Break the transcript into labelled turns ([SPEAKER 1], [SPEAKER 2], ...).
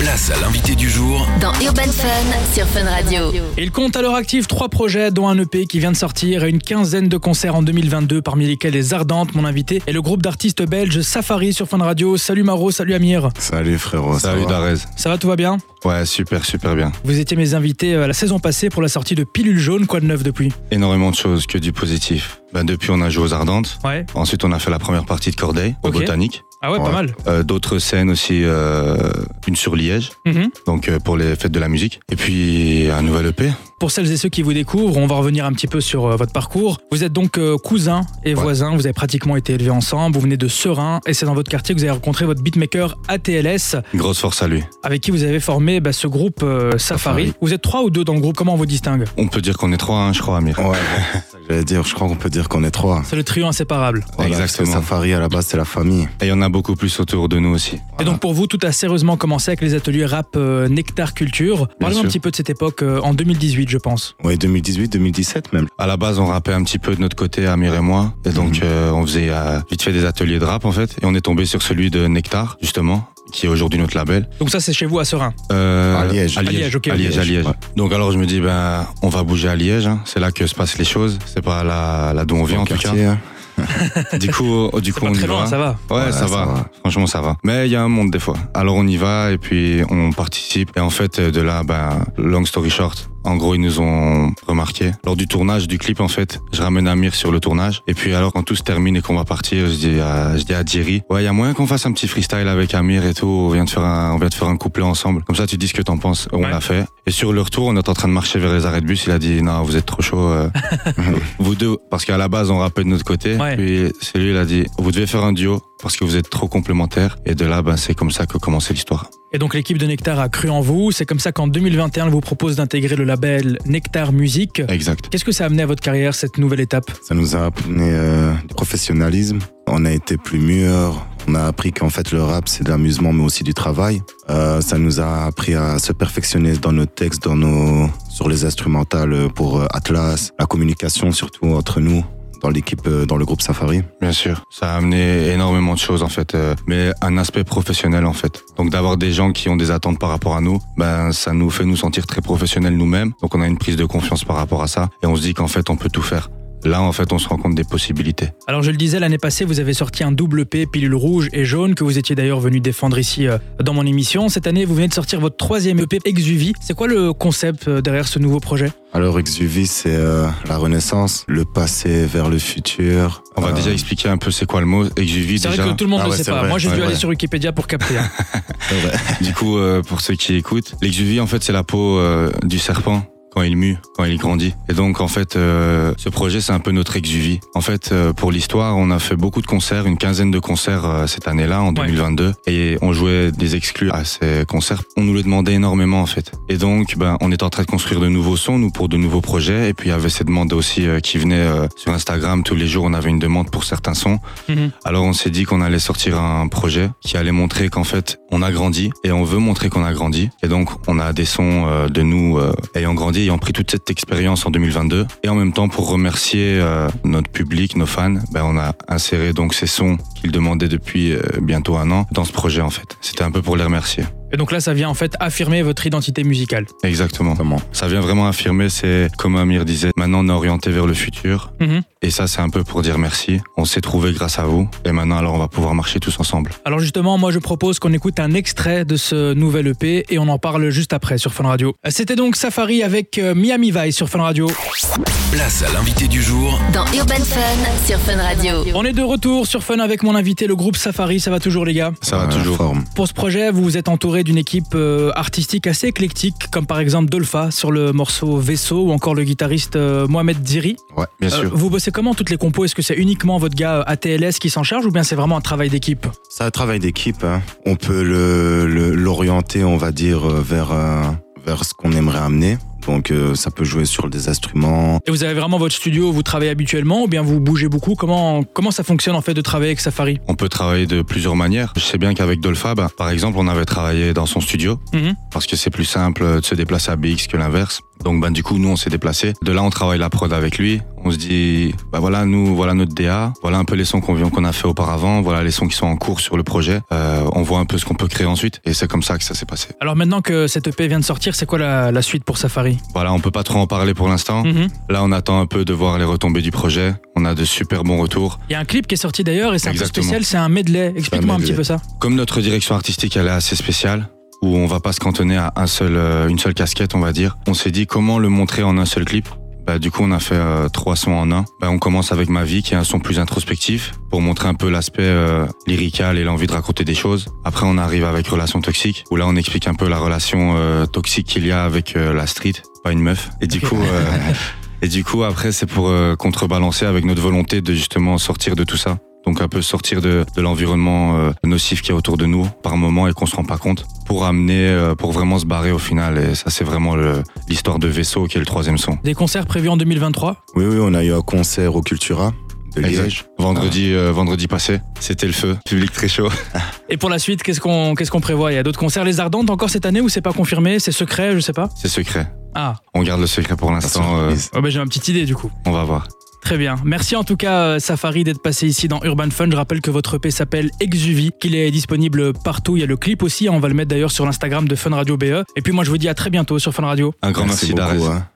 [SPEAKER 1] Place à l'invité du jour
[SPEAKER 2] Dans Urban Fun sur Fun Radio.
[SPEAKER 3] Il compte à leur actif trois projets, dont un EP qui vient de sortir et une quinzaine de concerts en 2022, parmi lesquels les Ardentes, mon invité, et le groupe d'artistes belges Safari sur Fun Radio. Salut Maro, salut Amir.
[SPEAKER 4] Salut frérot. ça
[SPEAKER 5] Salut
[SPEAKER 4] va
[SPEAKER 5] Darez.
[SPEAKER 3] Ça va, tout va bien
[SPEAKER 4] Ouais, super, super bien.
[SPEAKER 3] Vous étiez mes invités euh, la saison passée pour la sortie de Pilule Jaune, quoi de neuf depuis
[SPEAKER 4] Énormément de choses, que du positif. Ben, depuis, on a joué aux Ardentes.
[SPEAKER 3] Ouais.
[SPEAKER 4] Ensuite, on a fait la première partie de Corday, au
[SPEAKER 3] Ok.
[SPEAKER 4] Botanique.
[SPEAKER 3] Ah ouais, pas
[SPEAKER 4] Ouais.
[SPEAKER 3] mal.
[SPEAKER 4] Euh, D'autres scènes aussi, euh, une sur Liège,
[SPEAKER 3] Mhm.
[SPEAKER 4] donc euh, pour les fêtes de la musique. Et puis, un nouvel E EP.
[SPEAKER 3] Pour celles et ceux qui vous découvrent, on va revenir un petit peu sur euh, votre parcours. Vous êtes donc euh, cousins et
[SPEAKER 4] Ouais.
[SPEAKER 3] voisins, vous avez pratiquement été élevés ensemble, vous venez de Serein, et c'est dans votre quartier que vous avez rencontré votre beatmaker ATLS,
[SPEAKER 4] Une Grosse force à lui.
[SPEAKER 3] avec qui vous avez formé bah, ce groupe euh, Safari.
[SPEAKER 4] Safari.
[SPEAKER 3] Vous êtes trois ou deux dans le groupe, comment on vous distingue
[SPEAKER 4] On peut dire qu'on est trois, hein, je crois, Amir.
[SPEAKER 5] Ouais, j'allais dire, je crois qu'on peut dire qu'on est trois.
[SPEAKER 3] C'est le trio inséparable.
[SPEAKER 5] Voilà, parce que
[SPEAKER 4] Exactement.
[SPEAKER 5] Safari, à la base, c'est la famille.
[SPEAKER 4] Et il y en a beaucoup plus autour de nous aussi.
[SPEAKER 3] Et donc pour vous, tout a sérieusement commencé avec les ateliers rap euh, Nectar Culture. Parlez-moi un
[SPEAKER 4] sûr.
[SPEAKER 3] petit peu de cette époque euh, en 2018, je pense.
[SPEAKER 5] Ouais, 2018, 2017 même.
[SPEAKER 4] À la base, on rappait un petit peu de notre côté, Amir et moi. Et donc,
[SPEAKER 5] Mhm.
[SPEAKER 4] euh, on faisait euh, vite fait des ateliers de rap, en fait. Et on est tombé sur celui de Nectar, justement, qui est aujourd'hui notre label.
[SPEAKER 3] Donc ça, c'est chez vous à Serein.
[SPEAKER 4] Euh,
[SPEAKER 5] À Liège.
[SPEAKER 4] À
[SPEAKER 3] À Liège,
[SPEAKER 4] Liège,
[SPEAKER 3] ok,
[SPEAKER 4] à
[SPEAKER 3] ok.
[SPEAKER 4] Liège, à Liège.
[SPEAKER 5] Ouais.
[SPEAKER 4] Donc alors je me dis, ben, on va bouger à Liège, hein. c'est là que se passent les choses, c'est pas là, là d'où on vit
[SPEAKER 5] Dans
[SPEAKER 4] en
[SPEAKER 5] le
[SPEAKER 4] tout cas.
[SPEAKER 5] quartier, hein.
[SPEAKER 4] Du coup, du coup
[SPEAKER 3] Pas
[SPEAKER 4] on y
[SPEAKER 3] très
[SPEAKER 4] va.
[SPEAKER 3] loin, ça va.
[SPEAKER 4] Ouais,
[SPEAKER 5] Ouais,
[SPEAKER 4] ça,
[SPEAKER 5] ça
[SPEAKER 4] va.
[SPEAKER 5] va.
[SPEAKER 4] Franchement, ça va. Mais il y a un monde des fois. Alors on y va et puis on participe. Et en fait, de là, ben, long story short. En gros, ils nous ont remarqué. Lors du tournage du clip, en fait, je ramène Amir sur le tournage. Et puis alors, quand tout se termine et qu'on va partir, je dis à, je dis à Thierry, ouais, il y a moyen qu'on fasse un petit freestyle avec Amir et tout. On vient de faire un, on vient de faire un couplet ensemble. Comme ça, tu dis ce que t'en penses. On
[SPEAKER 3] Ouais.
[SPEAKER 4] l'a fait. Et sur le retour, on est en train de marcher vers les arrêts de bus. Il a dit, non, vous êtes trop chaud. euh, vous deux, parce qu'à la base, on rappelle de notre côté.
[SPEAKER 3] Ouais.
[SPEAKER 4] Puis c'est lui, il a dit, vous devez faire un duo parce que vous êtes trop complémentaires. Et de là, ben, c'est comme ça que commençait l'histoire.
[SPEAKER 3] Et donc l'équipe de Nectar a cru en vous. C'est comme ça qu'en 2021, elle vous propose d'intégrer le label Nectar Music.
[SPEAKER 4] Exact.
[SPEAKER 3] Qu'est-ce que ça a amené à votre carrière, cette nouvelle étape
[SPEAKER 5] Ça nous a amené euh, du professionnalisme. On a été plus mûrs. On a appris qu'en fait le rap c'est de l'amusement mais aussi du travail. Euh, ça nous a appris à se perfectionner dans nos textes, dans nos sur les instrumentales pour euh, Atlas, la communication surtout entre nous dans l'équipe, euh, dans le groupe Safari.
[SPEAKER 4] Bien sûr. Ça a amené énormément de choses, en fait. euh, mais un aspect professionnel, en fait. Donc d'avoir des gens qui ont des attentes par rapport à nous, ben, ça nous fait nous sentir très professionnels nous-mêmes. Donc on a une prise de confiance par rapport à ça. Et on se dit qu'en fait, on peut tout faire. Là, en fait, on se rend compte des possibilités.
[SPEAKER 3] Alors je le disais, l'année passée, vous avez sorti un double P, pilule rouge et jaune, que vous étiez d'ailleurs venu défendre ici euh, dans mon émission. Cette année, vous venez de sortir votre troisième EP, Exuvie. C'est quoi le concept euh, derrière ce nouveau projet
[SPEAKER 5] Alors Exuvie c'est euh, la renaissance, le passé vers le futur.
[SPEAKER 4] On va
[SPEAKER 5] Euh,
[SPEAKER 4] déjà expliquer un peu c'est quoi le mot exuvie
[SPEAKER 3] C'est
[SPEAKER 4] déjà.
[SPEAKER 3] vrai que tout le monde
[SPEAKER 5] Ah
[SPEAKER 3] ne le
[SPEAKER 5] ouais,
[SPEAKER 3] sait
[SPEAKER 5] c'est
[SPEAKER 3] pas.
[SPEAKER 5] vrai.
[SPEAKER 3] Moi, j'ai
[SPEAKER 4] Ouais,
[SPEAKER 3] dû aller
[SPEAKER 4] ouais.
[SPEAKER 3] sur Wikipédia pour capter. hein.
[SPEAKER 4] Du coup, euh, pour ceux qui écoutent, l'exuvie, en fait, c'est la peau euh, du serpent quand il mue, quand il grandit. Et donc, en fait, euh, ce projet, c'est un peu notre exuvie. En fait, euh, pour l'histoire, on a fait beaucoup de concerts, une quinzaine de concerts euh, cette année-là, en 2022, et on jouait des exclus à ces concerts. On nous le demandait énormément, en fait. Et donc, ben, on est en train de construire de nouveaux sons, nous, pour de nouveaux projets. Et puis, il y avait ces demandes aussi euh, qui venaient euh, sur Instagram. Tous les jours, on avait une demande pour certains sons.
[SPEAKER 3] Mhm.
[SPEAKER 4] Alors on s'est dit qu'on allait sortir un projet qui allait montrer qu'en fait on a grandi et on veut montrer qu'on a grandi. Et donc on a des sons euh, de nous euh, ayant grandi, ayant pris toute cette expérience en 2022. Et en même temps pour remercier euh, notre public, nos fans, ben, on a inséré donc ces sons qu'ils demandaient depuis euh, bientôt un an dans ce projet en fait. C'était un peu pour les remercier.
[SPEAKER 3] Et donc là, ça vient en fait affirmer votre identité musicale.
[SPEAKER 4] Exactement.
[SPEAKER 5] Comment
[SPEAKER 4] Ça vient vraiment affirmer, c'est comme Amir disait, maintenant on est orienté vers le futur.
[SPEAKER 3] Mhm.
[SPEAKER 4] Et ça c'est un peu pour dire merci. On s'est trouvé grâce à vous. Et maintenant alors on va pouvoir marcher tous ensemble.
[SPEAKER 3] Alors justement, moi je propose qu'on écoute un extrait de ce nouvel EP et on en parle juste après sur Fun Radio. Euh, C'était donc Safari avec euh, Miami Vice sur Fun Radio.
[SPEAKER 1] Place à l'invité du jour
[SPEAKER 2] Dans Urban Fun sur Fun Radio.
[SPEAKER 3] On est de retour sur Fun avec mon invité, le groupe Safari. Ça va toujours les gars
[SPEAKER 4] Ça va
[SPEAKER 5] Euh,
[SPEAKER 4] toujours.
[SPEAKER 5] forme.
[SPEAKER 3] Pour ce projet, vous vous êtes entouré d'une équipe euh, artistique assez éclectique, comme par exemple Dolpha sur le morceau Vaisseau ou encore le guitariste euh, Mohamed Diri.
[SPEAKER 4] Ouais, bien
[SPEAKER 3] Euh,
[SPEAKER 4] sûr.
[SPEAKER 3] vous bossez comment toutes les compos Est-ce que c'est uniquement votre gars euh, ATLS qui s'en charge ou bien c'est vraiment un travail d'équipe
[SPEAKER 5] C'est un travail d'équipe. hein. On peut le- le- l'orienter, on va dire, euh, vers, euh, vers ce qu'on aimerait amener. Donc euh, ça peut jouer sur des instruments.
[SPEAKER 3] Et vous avez vraiment votre studio où vous travaillez habituellement ou bien vous bougez beaucoup Comment, comment ça fonctionne en fait de travailler avec Safari
[SPEAKER 4] On peut travailler de plusieurs manières. Je sais bien qu'avec Dolpha, bah, par exemple, on avait travaillé dans son studio
[SPEAKER 3] Mhm.
[SPEAKER 4] parce que c'est plus simple de se déplacer à BX que l'inverse. Donc ben du coup nous on s'est déplacé. De là on travaille la prod avec lui. On se dit bah voilà nous voilà notre DA, voilà un peu les sons qu'on vient qu'on a fait auparavant, voilà les sons qui sont en cours sur le projet. Euh, on voit un peu ce qu'on peut créer ensuite et c'est comme ça que ça s'est passé.
[SPEAKER 3] Alors maintenant que cette EP vient de sortir, c'est quoi la, la suite pour Safari
[SPEAKER 4] Voilà on peut pas trop en parler pour l'instant.
[SPEAKER 3] Mhm.
[SPEAKER 4] Là on attend un peu de voir les retombées du projet. On a de super bons retours.
[SPEAKER 3] Il y a un clip qui est sorti d'ailleurs et c'est un peu
[SPEAKER 4] Exactement.
[SPEAKER 3] spécial, c'est un medley. Explique-moi un
[SPEAKER 5] medley.
[SPEAKER 3] petit peu ça.
[SPEAKER 4] Comme notre direction artistique, elle est assez spéciale, où on va pas se cantonner à un seul, euh, une seule casquette, on va dire. On s'est dit comment le montrer en un seul clip. Bah, du coup, on a fait euh, trois sons en un. Bah, on commence avec Ma vie, qui est un son plus introspectif, pour montrer un peu l'aspect euh, lyrical et l'envie de raconter des choses. Après, on arrive avec Relation toxique, où là, on explique un peu la relation euh, toxique qu'il y a avec euh, la street, pas une meuf. Et du
[SPEAKER 3] Ok.
[SPEAKER 4] coup, euh, et du coup, après, c'est pour euh, contrebalancer avec notre volonté de justement sortir de tout ça. Donc un peu sortir de, de l'environnement euh, nocif qui est autour de nous par moment et qu'on se rend pas compte pour amener, euh, pour vraiment se barrer au final. Et ça, c'est vraiment le- l'histoire de Vaisseau qui est le troisième son.
[SPEAKER 3] Des concerts prévus en 2023.
[SPEAKER 5] Oui, oui, on a eu un concert au Cultura de
[SPEAKER 4] Exact.
[SPEAKER 5] Liège.
[SPEAKER 4] Vendredi, euh, vendredi passé, c'était le feu. Public très chaud.
[SPEAKER 3] Et pour la suite, qu'est-ce qu'on qu'est-ce qu'on prévoit Il y a d'autres concerts Les Ardentes encore cette année ou c'est pas confirmé C'est secret, je sais pas.
[SPEAKER 4] C'est secret.
[SPEAKER 3] Ah,
[SPEAKER 4] On garde le secret pour l'instant. euh,
[SPEAKER 5] Surprise.
[SPEAKER 3] oh bah j'ai ma petite idée du coup.
[SPEAKER 4] on va voir.
[SPEAKER 3] Très bien. Merci en tout cas, euh, Safari, d'être passé ici dans Urban Fun. Je rappelle que votre EP s'appelle Exuvie, qu'il est disponible partout. Il y a le clip E. aussi. On va le mettre d'ailleurs sur l'Instagram de Fun Radio BE. Et puis moi, je vous dis à très bientôt sur Fun Radio.
[SPEAKER 4] Un grand merci,
[SPEAKER 5] beaucoup.
[SPEAKER 4] Darès.
[SPEAKER 5] hein.